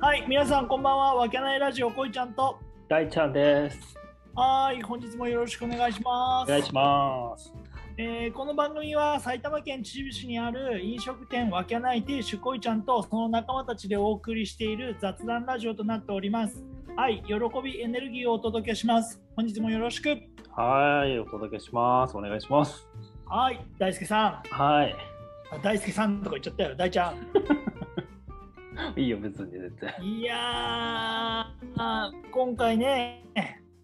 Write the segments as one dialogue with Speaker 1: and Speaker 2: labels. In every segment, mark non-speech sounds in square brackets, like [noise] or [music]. Speaker 1: はい、皆さんこんばんは。わけないラジオこいちゃんと。
Speaker 2: 大ちゃんです。
Speaker 1: はーい、本日もよろしくお願いしま
Speaker 2: お
Speaker 1: す。
Speaker 2: 願いします。
Speaker 1: えーこの番組は埼玉県秩父市にある飲食店わけない亭主こいちゃんとその仲間たちでお送りしている雑談ラジオとなっております。愛、喜び、エネルギーをお届けします。本日もよろしく。
Speaker 2: はい、お届けします。お願いします。
Speaker 1: はい、大輔さ
Speaker 2: はい。
Speaker 1: ん。あ大輔さんとか言っちゃったよ、大ちゃん。
Speaker 2: いいよ、別に絶対。
Speaker 1: いやー、あー今回ね、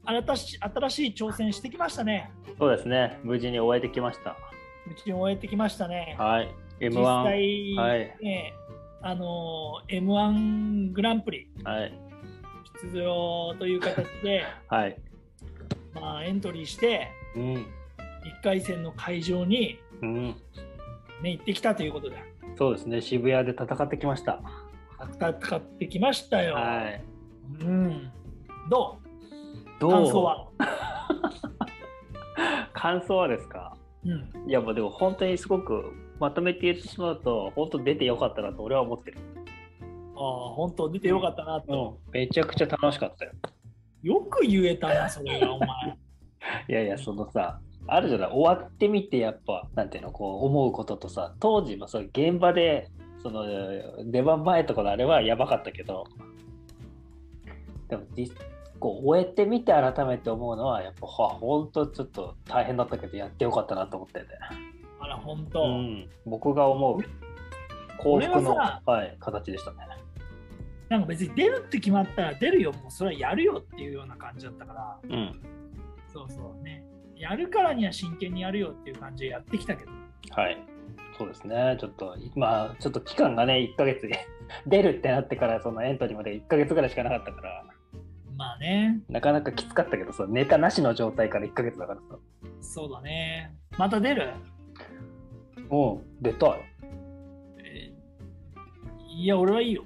Speaker 1: 新し新しい挑戦してきましたね。
Speaker 2: そうですね。無事に終えてきました。
Speaker 1: うちに終えてきましたね。
Speaker 2: はい。M1。
Speaker 1: 実
Speaker 2: は
Speaker 1: 際
Speaker 2: い。、はい
Speaker 1: ねあの M1 グランプリ出場という形で、 [laughs]
Speaker 2: はい。
Speaker 1: まあ、エントリーして
Speaker 2: うん。
Speaker 1: 1回戦の会場に、
Speaker 2: うん。
Speaker 1: ね、行ってきたということで
Speaker 2: そうですね。渋谷で戦ってきました。
Speaker 1: 戦ってきましたよ。
Speaker 2: はい。
Speaker 1: うん、ど
Speaker 2: ど
Speaker 1: う
Speaker 2: う
Speaker 1: 感想は、
Speaker 2: 感想はですか
Speaker 1: うん、
Speaker 2: いや、もうでも本当にすごくまとめて言ってしまうと、本当出てよかったなと俺は思ってる。
Speaker 1: ああ本当出てよかったなと、
Speaker 2: うん。めちゃくちゃ楽しかったよ。
Speaker 1: よく言えたなそれがお前 [laughs]
Speaker 2: いやいや、そのさ、あるじゃない、終わってみて、やっぱ、なんていうの、こう、思うこととさ、当時のその現場で、その、出番前とかのあれはやばかったけど、でも、実こう、終えてみて改めて思うのは、やっぱ、はほんとちょっと大変だったけど、やってよかったなと思ったよね。
Speaker 1: あら本当、
Speaker 2: ん。僕が思う幸福の、
Speaker 1: 俺は
Speaker 2: はい、形でしたね。
Speaker 1: なんか別に出るって決まったら出るよもうそれはやるよっていうような感じだったから
Speaker 2: うん。
Speaker 1: そうそうね。やるからには真剣にやるよっていう感じでやってきたけど。
Speaker 2: はい。そうですね。ちょっと、まあ、ちょっと期間がね、1ヶ月 [laughs] で出るってなってから、そのエントリーまで1ヶ月ぐらいしかなかったから、
Speaker 1: まあね、
Speaker 2: なかなかきつかったけどさ、ネタなしの状態から1ヶ月だからさ。
Speaker 1: そうだね。また出る
Speaker 2: もう出たい。
Speaker 1: えーいや、俺はいいよ。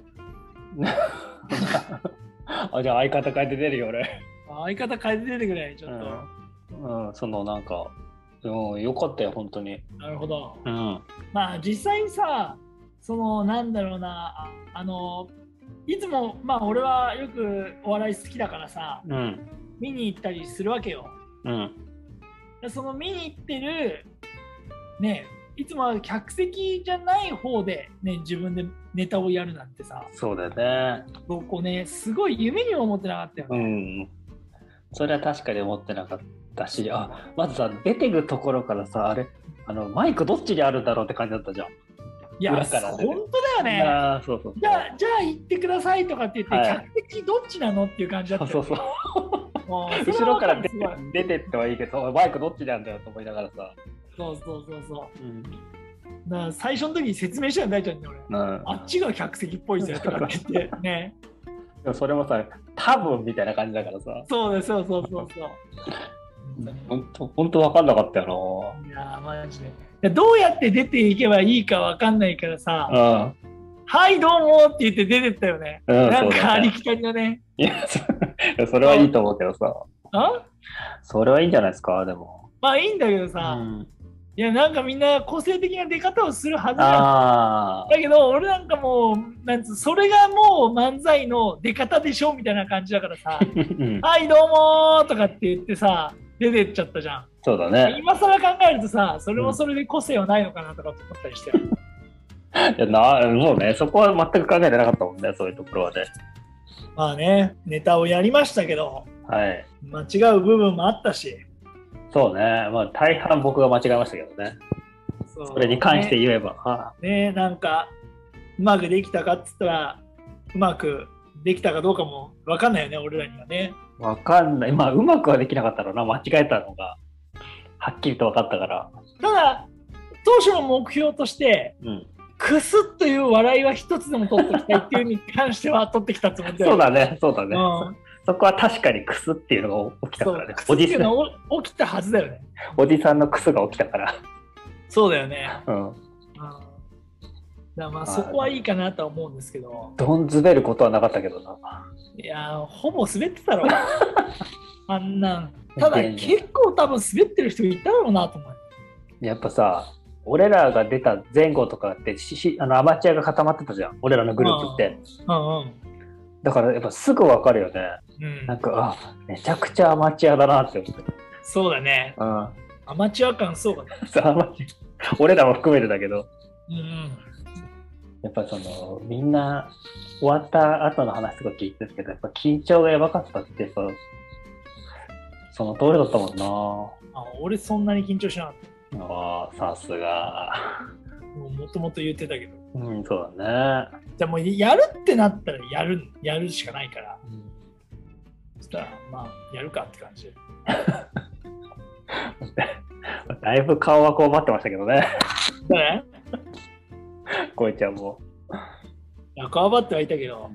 Speaker 2: [laughs] あ、じゃあ相方変えて出るよ、俺。
Speaker 1: 相方変えて出てくれ、ちょっと。
Speaker 2: うん、うん、そのなんか、うん、よかったよ、本当に。
Speaker 1: なるほど。
Speaker 2: うん。
Speaker 1: まあ実際さ、そのなんだろうな、ああの、いつも、まあ俺はよくお笑い好きだからさ、
Speaker 2: うん。
Speaker 1: 見に行ったりするわけよ。
Speaker 2: うん。
Speaker 1: でその見に行ってる、ね、いつもは客席じゃない方で、ね、自分でネタをやるなんてさ、
Speaker 2: そうだよね。
Speaker 1: 僕ね、すごい夢にも思ってなかったよ
Speaker 2: う
Speaker 1: ね。
Speaker 2: ん。それは確かに思ってなかったし、あ、まずさ、出てくところからさ、あれ、あの、マイクどっちにあるんだろうって感じだったじゃん。
Speaker 1: いや、
Speaker 2: 裏からね
Speaker 1: 本当だよね。
Speaker 2: ああ、そうそうそう。
Speaker 1: じゃあ、じゃあ行ってくださいとかって言って、
Speaker 2: はい
Speaker 1: 客席どっちなのっていう感じだったよ
Speaker 2: そうそう。
Speaker 1: もうそれ
Speaker 2: [laughs] 後
Speaker 1: は
Speaker 2: ろ
Speaker 1: わ
Speaker 2: か
Speaker 1: からる
Speaker 2: 出
Speaker 1: す
Speaker 2: て
Speaker 1: ごい
Speaker 2: 出てってはいいけど、マイクどっちなんだよと思いながらさ。
Speaker 1: そうそうそうそ
Speaker 2: うん。
Speaker 1: う。だから最初の時に説明したの大ちゃんに俺。
Speaker 2: うん
Speaker 1: あっちが客席っぽいぜとかって言
Speaker 2: [laughs]
Speaker 1: って、ね。
Speaker 2: でもそれもさ、多分みたいな感じだからさ、
Speaker 1: そうです、そうそうそうそう。
Speaker 2: 本当、本当分かんなかったよ
Speaker 1: いやーマジでいやどうやって出ていけばいいかわかんないからさ
Speaker 2: な。
Speaker 1: 「はいどうも」って言って出てったよね、
Speaker 2: うん、うん、
Speaker 1: な
Speaker 2: そ
Speaker 1: ん
Speaker 2: う
Speaker 1: かあ
Speaker 2: だ
Speaker 1: り
Speaker 2: ね。
Speaker 1: きたりのね
Speaker 2: いや、そ [laughs] それはいいと思うけどさ、
Speaker 1: あ
Speaker 2: それはいいんじゃないですか、でも。
Speaker 1: まあいいんだけどさ、
Speaker 2: うん
Speaker 1: いやなんかみんな個性的な出方をするはずだ
Speaker 2: あ
Speaker 1: だけど俺なんかもうなんつうそれがもう漫才の出方でしょみたいな感じだから
Speaker 2: [laughs]
Speaker 1: さ
Speaker 2: あ、う
Speaker 1: 「
Speaker 2: ん
Speaker 1: はいどうも」とかって言ってさ出てっちゃったじゃん
Speaker 2: そうだね。
Speaker 1: 今更考えるとさそれもそれで個性はないのかなとかって思ったりしてる
Speaker 2: いやなもうね、そこは全く考えてなかったもんね、そういうところはね。
Speaker 1: まあねネタをやりましたけど
Speaker 2: はい。
Speaker 1: 間違う部分もあったし、
Speaker 2: そうね、まあ大半僕が間違えましたけどね、
Speaker 1: そ
Speaker 2: それに関して
Speaker 1: ね
Speaker 2: 言えば。あ
Speaker 1: ねなんかうまくできたかっつったらうまくできたかどうかも分かんないよね俺らにはね
Speaker 2: わかんない。まあ、うまくはできなかったろうな、間違えたのが、はっきりと分かったから。
Speaker 1: ただ当初の目標として
Speaker 2: うん。
Speaker 1: クスッという笑いは一つでも取ってきたいっていうに関しては取ってきたつもりだよ
Speaker 2: そうだね、そうだね。
Speaker 1: うん、
Speaker 2: そこは確かにクスっていうのが起きた
Speaker 1: そ
Speaker 2: から
Speaker 1: う
Speaker 2: ね。
Speaker 1: クス
Speaker 2: お
Speaker 1: って
Speaker 2: じ
Speaker 1: い
Speaker 2: さ、
Speaker 1: うんのお起きたはずだよね
Speaker 2: おじさんのクスが起きたから。
Speaker 1: そうだよね、
Speaker 2: うん。
Speaker 1: うん、だからまあそこはいいかなとは思うんですけど
Speaker 2: どんずべることはなかったけどな。
Speaker 1: いやーほぼ滑ってた
Speaker 2: [laughs]
Speaker 1: ろあんなんただ
Speaker 2: いやいや
Speaker 1: 結構多分滑ってる人いたろうなと思う
Speaker 2: やっぱさ、俺らが出た前後とかってししあのアマチュアが固まってたじゃん。俺らのグループって。
Speaker 1: うんうん。
Speaker 2: だからやっぱすぐわかるよね。
Speaker 1: うん
Speaker 2: なんか、あめちゃくちゃアマチュアだなって思って。
Speaker 1: そうだね
Speaker 2: うん。ア
Speaker 1: アマチュア感そうだね
Speaker 2: マチュア俺らも含めてだけど、
Speaker 1: うん
Speaker 2: やっぱその、みんな終わった後の話とか聞いてるけど、やっぱ緊張がやばかったって、その、その通りだったも
Speaker 1: あ俺そんなに緊張しなかっ
Speaker 2: んな。ああ、さすが。
Speaker 1: たもうもともと言ってたけど
Speaker 2: うん、そうだね。
Speaker 1: じゃあもうやるってなったらやるやるしかないからそしたらまあやるかって感じ
Speaker 2: だいぶ顔はこう待ってましたけどね、
Speaker 1: 誰
Speaker 2: こいちゃんも。
Speaker 1: 顔張ってはいたけど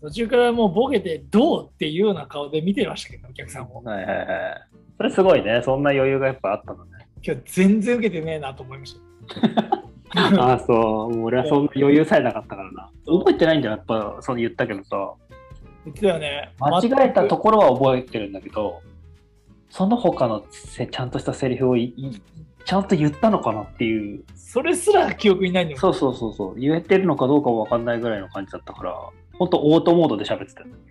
Speaker 1: 途中からもうボケてどうっていうような顔で見てましたけどお客さんも
Speaker 2: はいはいはい。それすごいね、そんな余裕がやっぱあったのね。
Speaker 1: 今日全然受けてねえなと思いました
Speaker 2: [laughs] ああ、そう、もう俺はそんな余裕さえなかったからな。
Speaker 1: そう
Speaker 2: 覚えてないんだよ、やっぱ、その言ったけどさ。
Speaker 1: 言ってたよね
Speaker 2: 間違えたと
Speaker 1: こ
Speaker 2: ころは覚えてるんだけど、その他のせちゃんとしたセリフをいいちゃんと言ったのかなっていう、
Speaker 1: それすら記憶にないんだもん
Speaker 2: そうそうそうそう、言えてるのかどうかも分かんないぐらいの感じだったから、ほんとオートモードで喋ってたよ。
Speaker 1: だか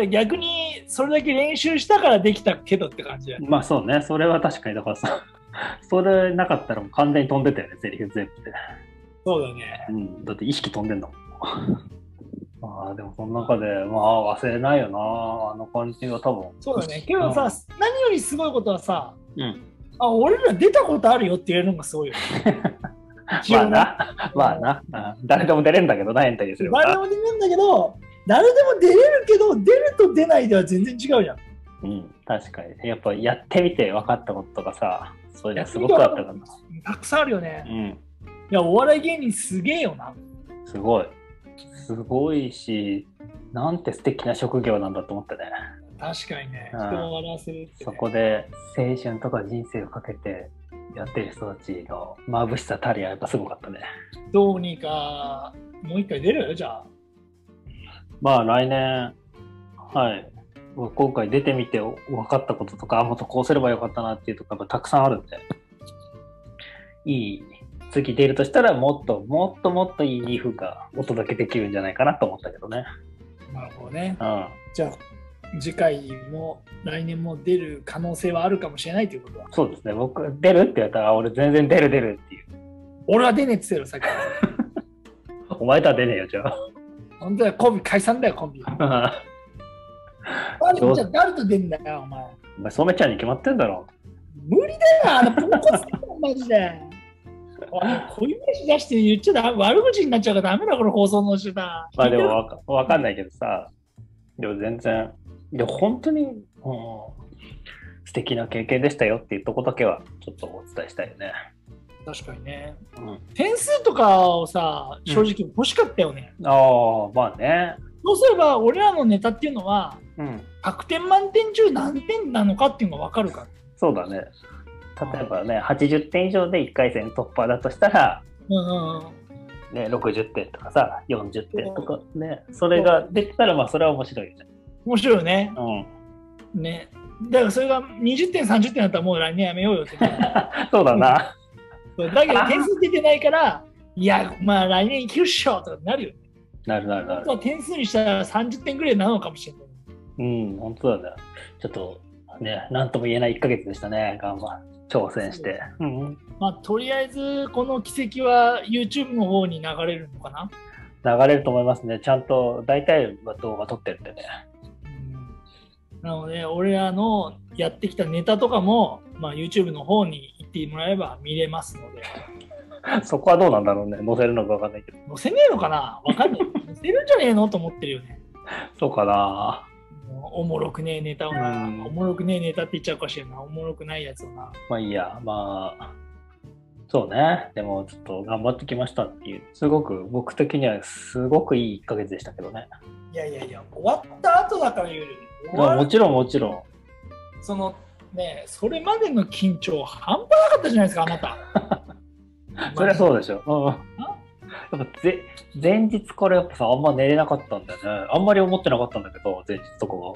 Speaker 1: ら逆にそれだけ練習したからできたけどって感じだよ
Speaker 2: まあそうね、それは確かに、だからさ、それなかったらもう完全に飛んでたよね、セリフ全部で。
Speaker 1: そうだね
Speaker 2: うん、だって意識飛んでんだもん。 [laughs] まあでもその中で、まあ忘れないよな、あの感じが多分。
Speaker 1: そうだねけどさ何よりすごいことはさ
Speaker 2: うん。
Speaker 1: あ俺ら出たことあるよって言えるのがすごいよ
Speaker 2: [laughs]
Speaker 1: ね
Speaker 2: まあな、 [laughs] まあな、うん誰でも出れるんだけどな、エンタリーすれば
Speaker 1: 誰で
Speaker 2: な。
Speaker 1: も出れるんだけど誰でも出れるけど出ると出ないでは全然違うじゃん
Speaker 2: うん、確かに。やっぱやってみて分かったこととかさ、そういうのすごくあったからな。
Speaker 1: たくさんあるよね
Speaker 2: うん、
Speaker 1: いやお笑い芸人すげえよな
Speaker 2: すごい。すごいし、なんて素敵な職業なんだと思ったね。
Speaker 1: 確かにね
Speaker 2: う
Speaker 1: 人
Speaker 2: ん
Speaker 1: を笑わせるって、ね、
Speaker 2: そこで青春とか人生をかけてやってる人たちの眩しさたりはやっぱすごかったね。
Speaker 1: どうにかもう一回出るよじゃあ
Speaker 2: まあ来年、はい。今回出てみて分かったこととか、あもっとこうすればよかったなっていうとかがたくさんあるんで、いい、次出るとしたらもっともっともっといい2分がお届けできるんじゃないかなと思ったけどね。
Speaker 1: なるほどね
Speaker 2: うん。
Speaker 1: じゃあ次回も来年も出る可能性はあるかもしれないということだ
Speaker 2: そうですね。僕、出るって言ったら、あ俺全然出る出るっていう。
Speaker 1: 俺は出ねえって言ってたよさっき
Speaker 2: お前とは出ねえよ、じゃ
Speaker 1: 本当だよコンビ解散だよコンビ
Speaker 2: あ。 [laughs]
Speaker 1: 誰じゃあ誰と出んだよお前
Speaker 2: お前、染ちゃんに決まってんだろ。
Speaker 1: 無理だよあのポンコツだよマジでおいこういう名詞出して言っちゃダメ悪口になっちゃうからダメだこの放送の人だ
Speaker 2: まあでもわかわかんないけどさ、でも全然、いや本当に、うん、素敵な経験でしたよっていうとこだけはちょっとお伝えしたいよね。
Speaker 1: 確かにね
Speaker 2: うん、
Speaker 1: 点数とかをさ
Speaker 2: うん
Speaker 1: 正直欲しかったよね、
Speaker 2: ああ、まあね。
Speaker 1: そうすれば俺らのネタっていうのは
Speaker 2: うん、
Speaker 1: 100点満点中何点なのかっていうのが分かるから
Speaker 2: そうだね。例えばね、80点以上で1回戦突破だとしたら、
Speaker 1: うんうんうん
Speaker 2: ね、60点とかさ、40点とかね、それができたら、まあそれは面白いよね。
Speaker 1: 面白いよね
Speaker 2: う。ん、
Speaker 1: ね。だからそれが20点、30点だったらもう来年やめようよ [laughs] って。
Speaker 2: そうだな。
Speaker 1: そうだけど点数出てないから、いや、まあ来年いけるっしょとかなるよね。
Speaker 2: なるなるな
Speaker 1: あ
Speaker 2: る
Speaker 1: と。は点数にしたら30点ぐらいなのかもしれない。
Speaker 2: うん、本当だね。ちょっと、ね、なんとも言えない1ヶ月でしたね、頑張挑戦して。うん、流
Speaker 1: まあとりあえずこの奇跡は YouTube の方に流れるのかな。
Speaker 2: れると思いますね。ちゃんと、大体は動画撮ってるんでね。
Speaker 1: うんなので、俺らのやってきたネタとかも、まあ、YouTube の方に行ってもらえば見れますので、
Speaker 2: そこはどうなんだろうね。載せるのかわかんないけど。
Speaker 1: 載せねえのかなわかんない。載せるんじゃねえのと思ってるよね。
Speaker 2: そうかな。
Speaker 1: もうおもろくねえネタをな、
Speaker 2: うん
Speaker 1: おもろくねえネタって言っちゃうかもしれんないおもろくないやつをな
Speaker 2: まあいいや、まあ。そうね。でも、ちょっと頑張ってきましたっていう。すごく、僕的にはすごくいい1ヶ月でしたけどね。
Speaker 1: いやいやいや終わった後だから言うよ終
Speaker 2: ま
Speaker 1: わ
Speaker 2: あ
Speaker 1: る
Speaker 2: もちろん、もちろん。
Speaker 1: そのねそれまでの緊張半端なかったじゃないですかあなた
Speaker 2: [laughs] そりゃそううでしょ。うん。やっぱぜ前日からやっぱさ、あんま寝れなかったんだよね。あんまり思ってなかったんだけど、前日とかは。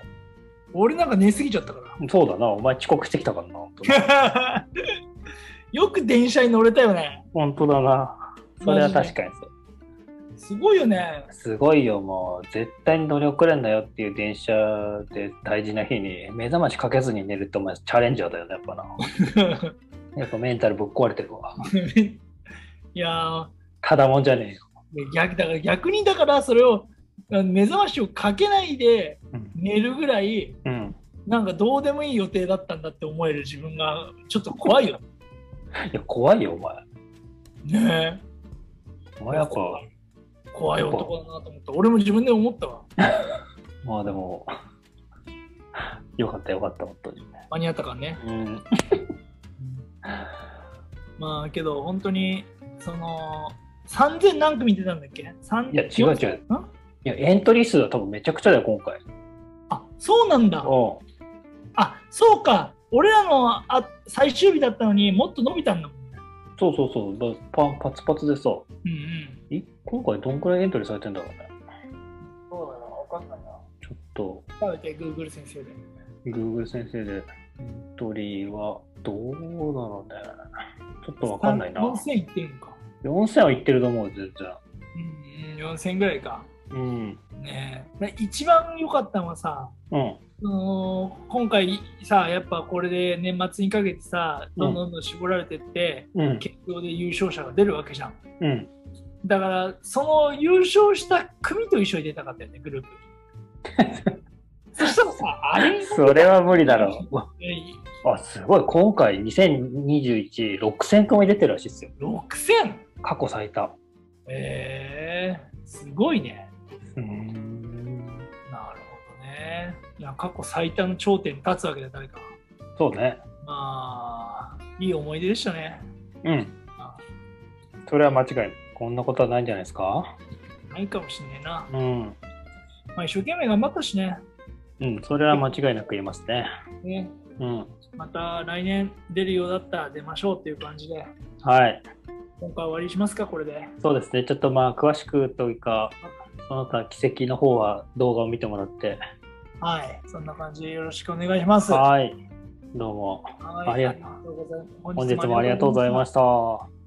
Speaker 1: 俺なんか寝すぎちゃったか
Speaker 2: そうだな、お前遅刻してきたからな。 [laughs]
Speaker 1: ら [laughs] よく電車に乗れたよね
Speaker 2: 本当だな。それは確
Speaker 1: か
Speaker 2: かにそう。
Speaker 1: すごいよね。 [laughs]
Speaker 2: すごいよ、もう、絶対に乗り遅れんなよっていう電車で大事な日に、目覚ましかけずに寝るって、お前、チャレンジャーだよね、やっぱ [laughs] な。やっぱメンタルぶっ壊れてるわ。
Speaker 1: いやー
Speaker 2: ただもんじゃねえよ。
Speaker 1: 逆だから逆にだからそれをあの目覚ましをかけないで
Speaker 2: うん
Speaker 1: 寝るぐらい
Speaker 2: うん。
Speaker 1: なんかどうでもいい予定だったんだって思える自分がちょっと怖いよ
Speaker 2: いや、怖いよ、お前。
Speaker 1: ね。ね
Speaker 2: お前やっぱ、
Speaker 1: え怖い男だなと思った。俺も自分で思ったわ。
Speaker 2: まあでも、よかったよかった、本当に。
Speaker 1: 間に合ったからね。
Speaker 2: うん。
Speaker 1: まあけど本当にその3000何組出たんだっけ三
Speaker 2: いや違う違うんいや、エントリー数は多分めちゃくちゃだよ、今回。
Speaker 1: あそうなんだ。
Speaker 2: う
Speaker 1: あそうか。俺らのあ最終日だったのにもっと伸びたんだもんね。
Speaker 2: ん。そうそうそう、だパンパツパツでさ、
Speaker 1: うんうん。
Speaker 2: え今回どんくらいエントリーされてんだろうね。
Speaker 1: そうだな。わかんないな。
Speaker 2: ちょっと、
Speaker 1: 食べて Google 先生で。
Speaker 2: Google 先生で、エントリーはどうだろうね。ちょっとわかんないな。
Speaker 1: 4000いってんのか。
Speaker 2: 4000はいってると思う、全
Speaker 1: うん、うん、4000ぐらいか。
Speaker 2: 然。うん。
Speaker 1: ねえ。で一番良かったのはさ、
Speaker 2: うん。
Speaker 1: その今回さ、やっぱこれで年末にかけてさ、どんどんどん絞られてって、
Speaker 2: うん。
Speaker 1: 決勝で優勝者が出るわけじゃん。
Speaker 2: うん。
Speaker 1: だから、その優勝した組と一緒に出たかったよね、グループ。そしたらさ、あれ
Speaker 2: それは無理だろう。
Speaker 1: え
Speaker 2: あ、すごい。今回、2021、6000組出てるらしいですよ。
Speaker 1: 6000!
Speaker 2: 過去最多。
Speaker 1: えー、すごいね。
Speaker 2: うん。
Speaker 1: なるほどね。いや過去最多の頂点に立つわけだ、誰かが。
Speaker 2: そうね。
Speaker 1: まあ、いい思い出でしたね。
Speaker 2: うん。それは間違いない。こんなことはないんじゃないですか
Speaker 1: ないかもしんねえな。
Speaker 2: うん。
Speaker 1: まあ、一生懸命頑張ったしね。
Speaker 2: うん、それは間違いなく言えますね。
Speaker 1: ね
Speaker 2: うん。
Speaker 1: また来年出るようだったら出ましょうっていう感じで、
Speaker 2: はい。
Speaker 1: 今回終わりにしますか、これで。
Speaker 2: そうですね。ちょっとまあ、詳しくというか、その他、奇跡の方は動画を見てもらって。
Speaker 1: はい、そんな感じでよろしくお願いします。
Speaker 2: はい。どうも。
Speaker 1: はい
Speaker 2: ありが
Speaker 1: とうございます。
Speaker 2: 本日もありがとうございました。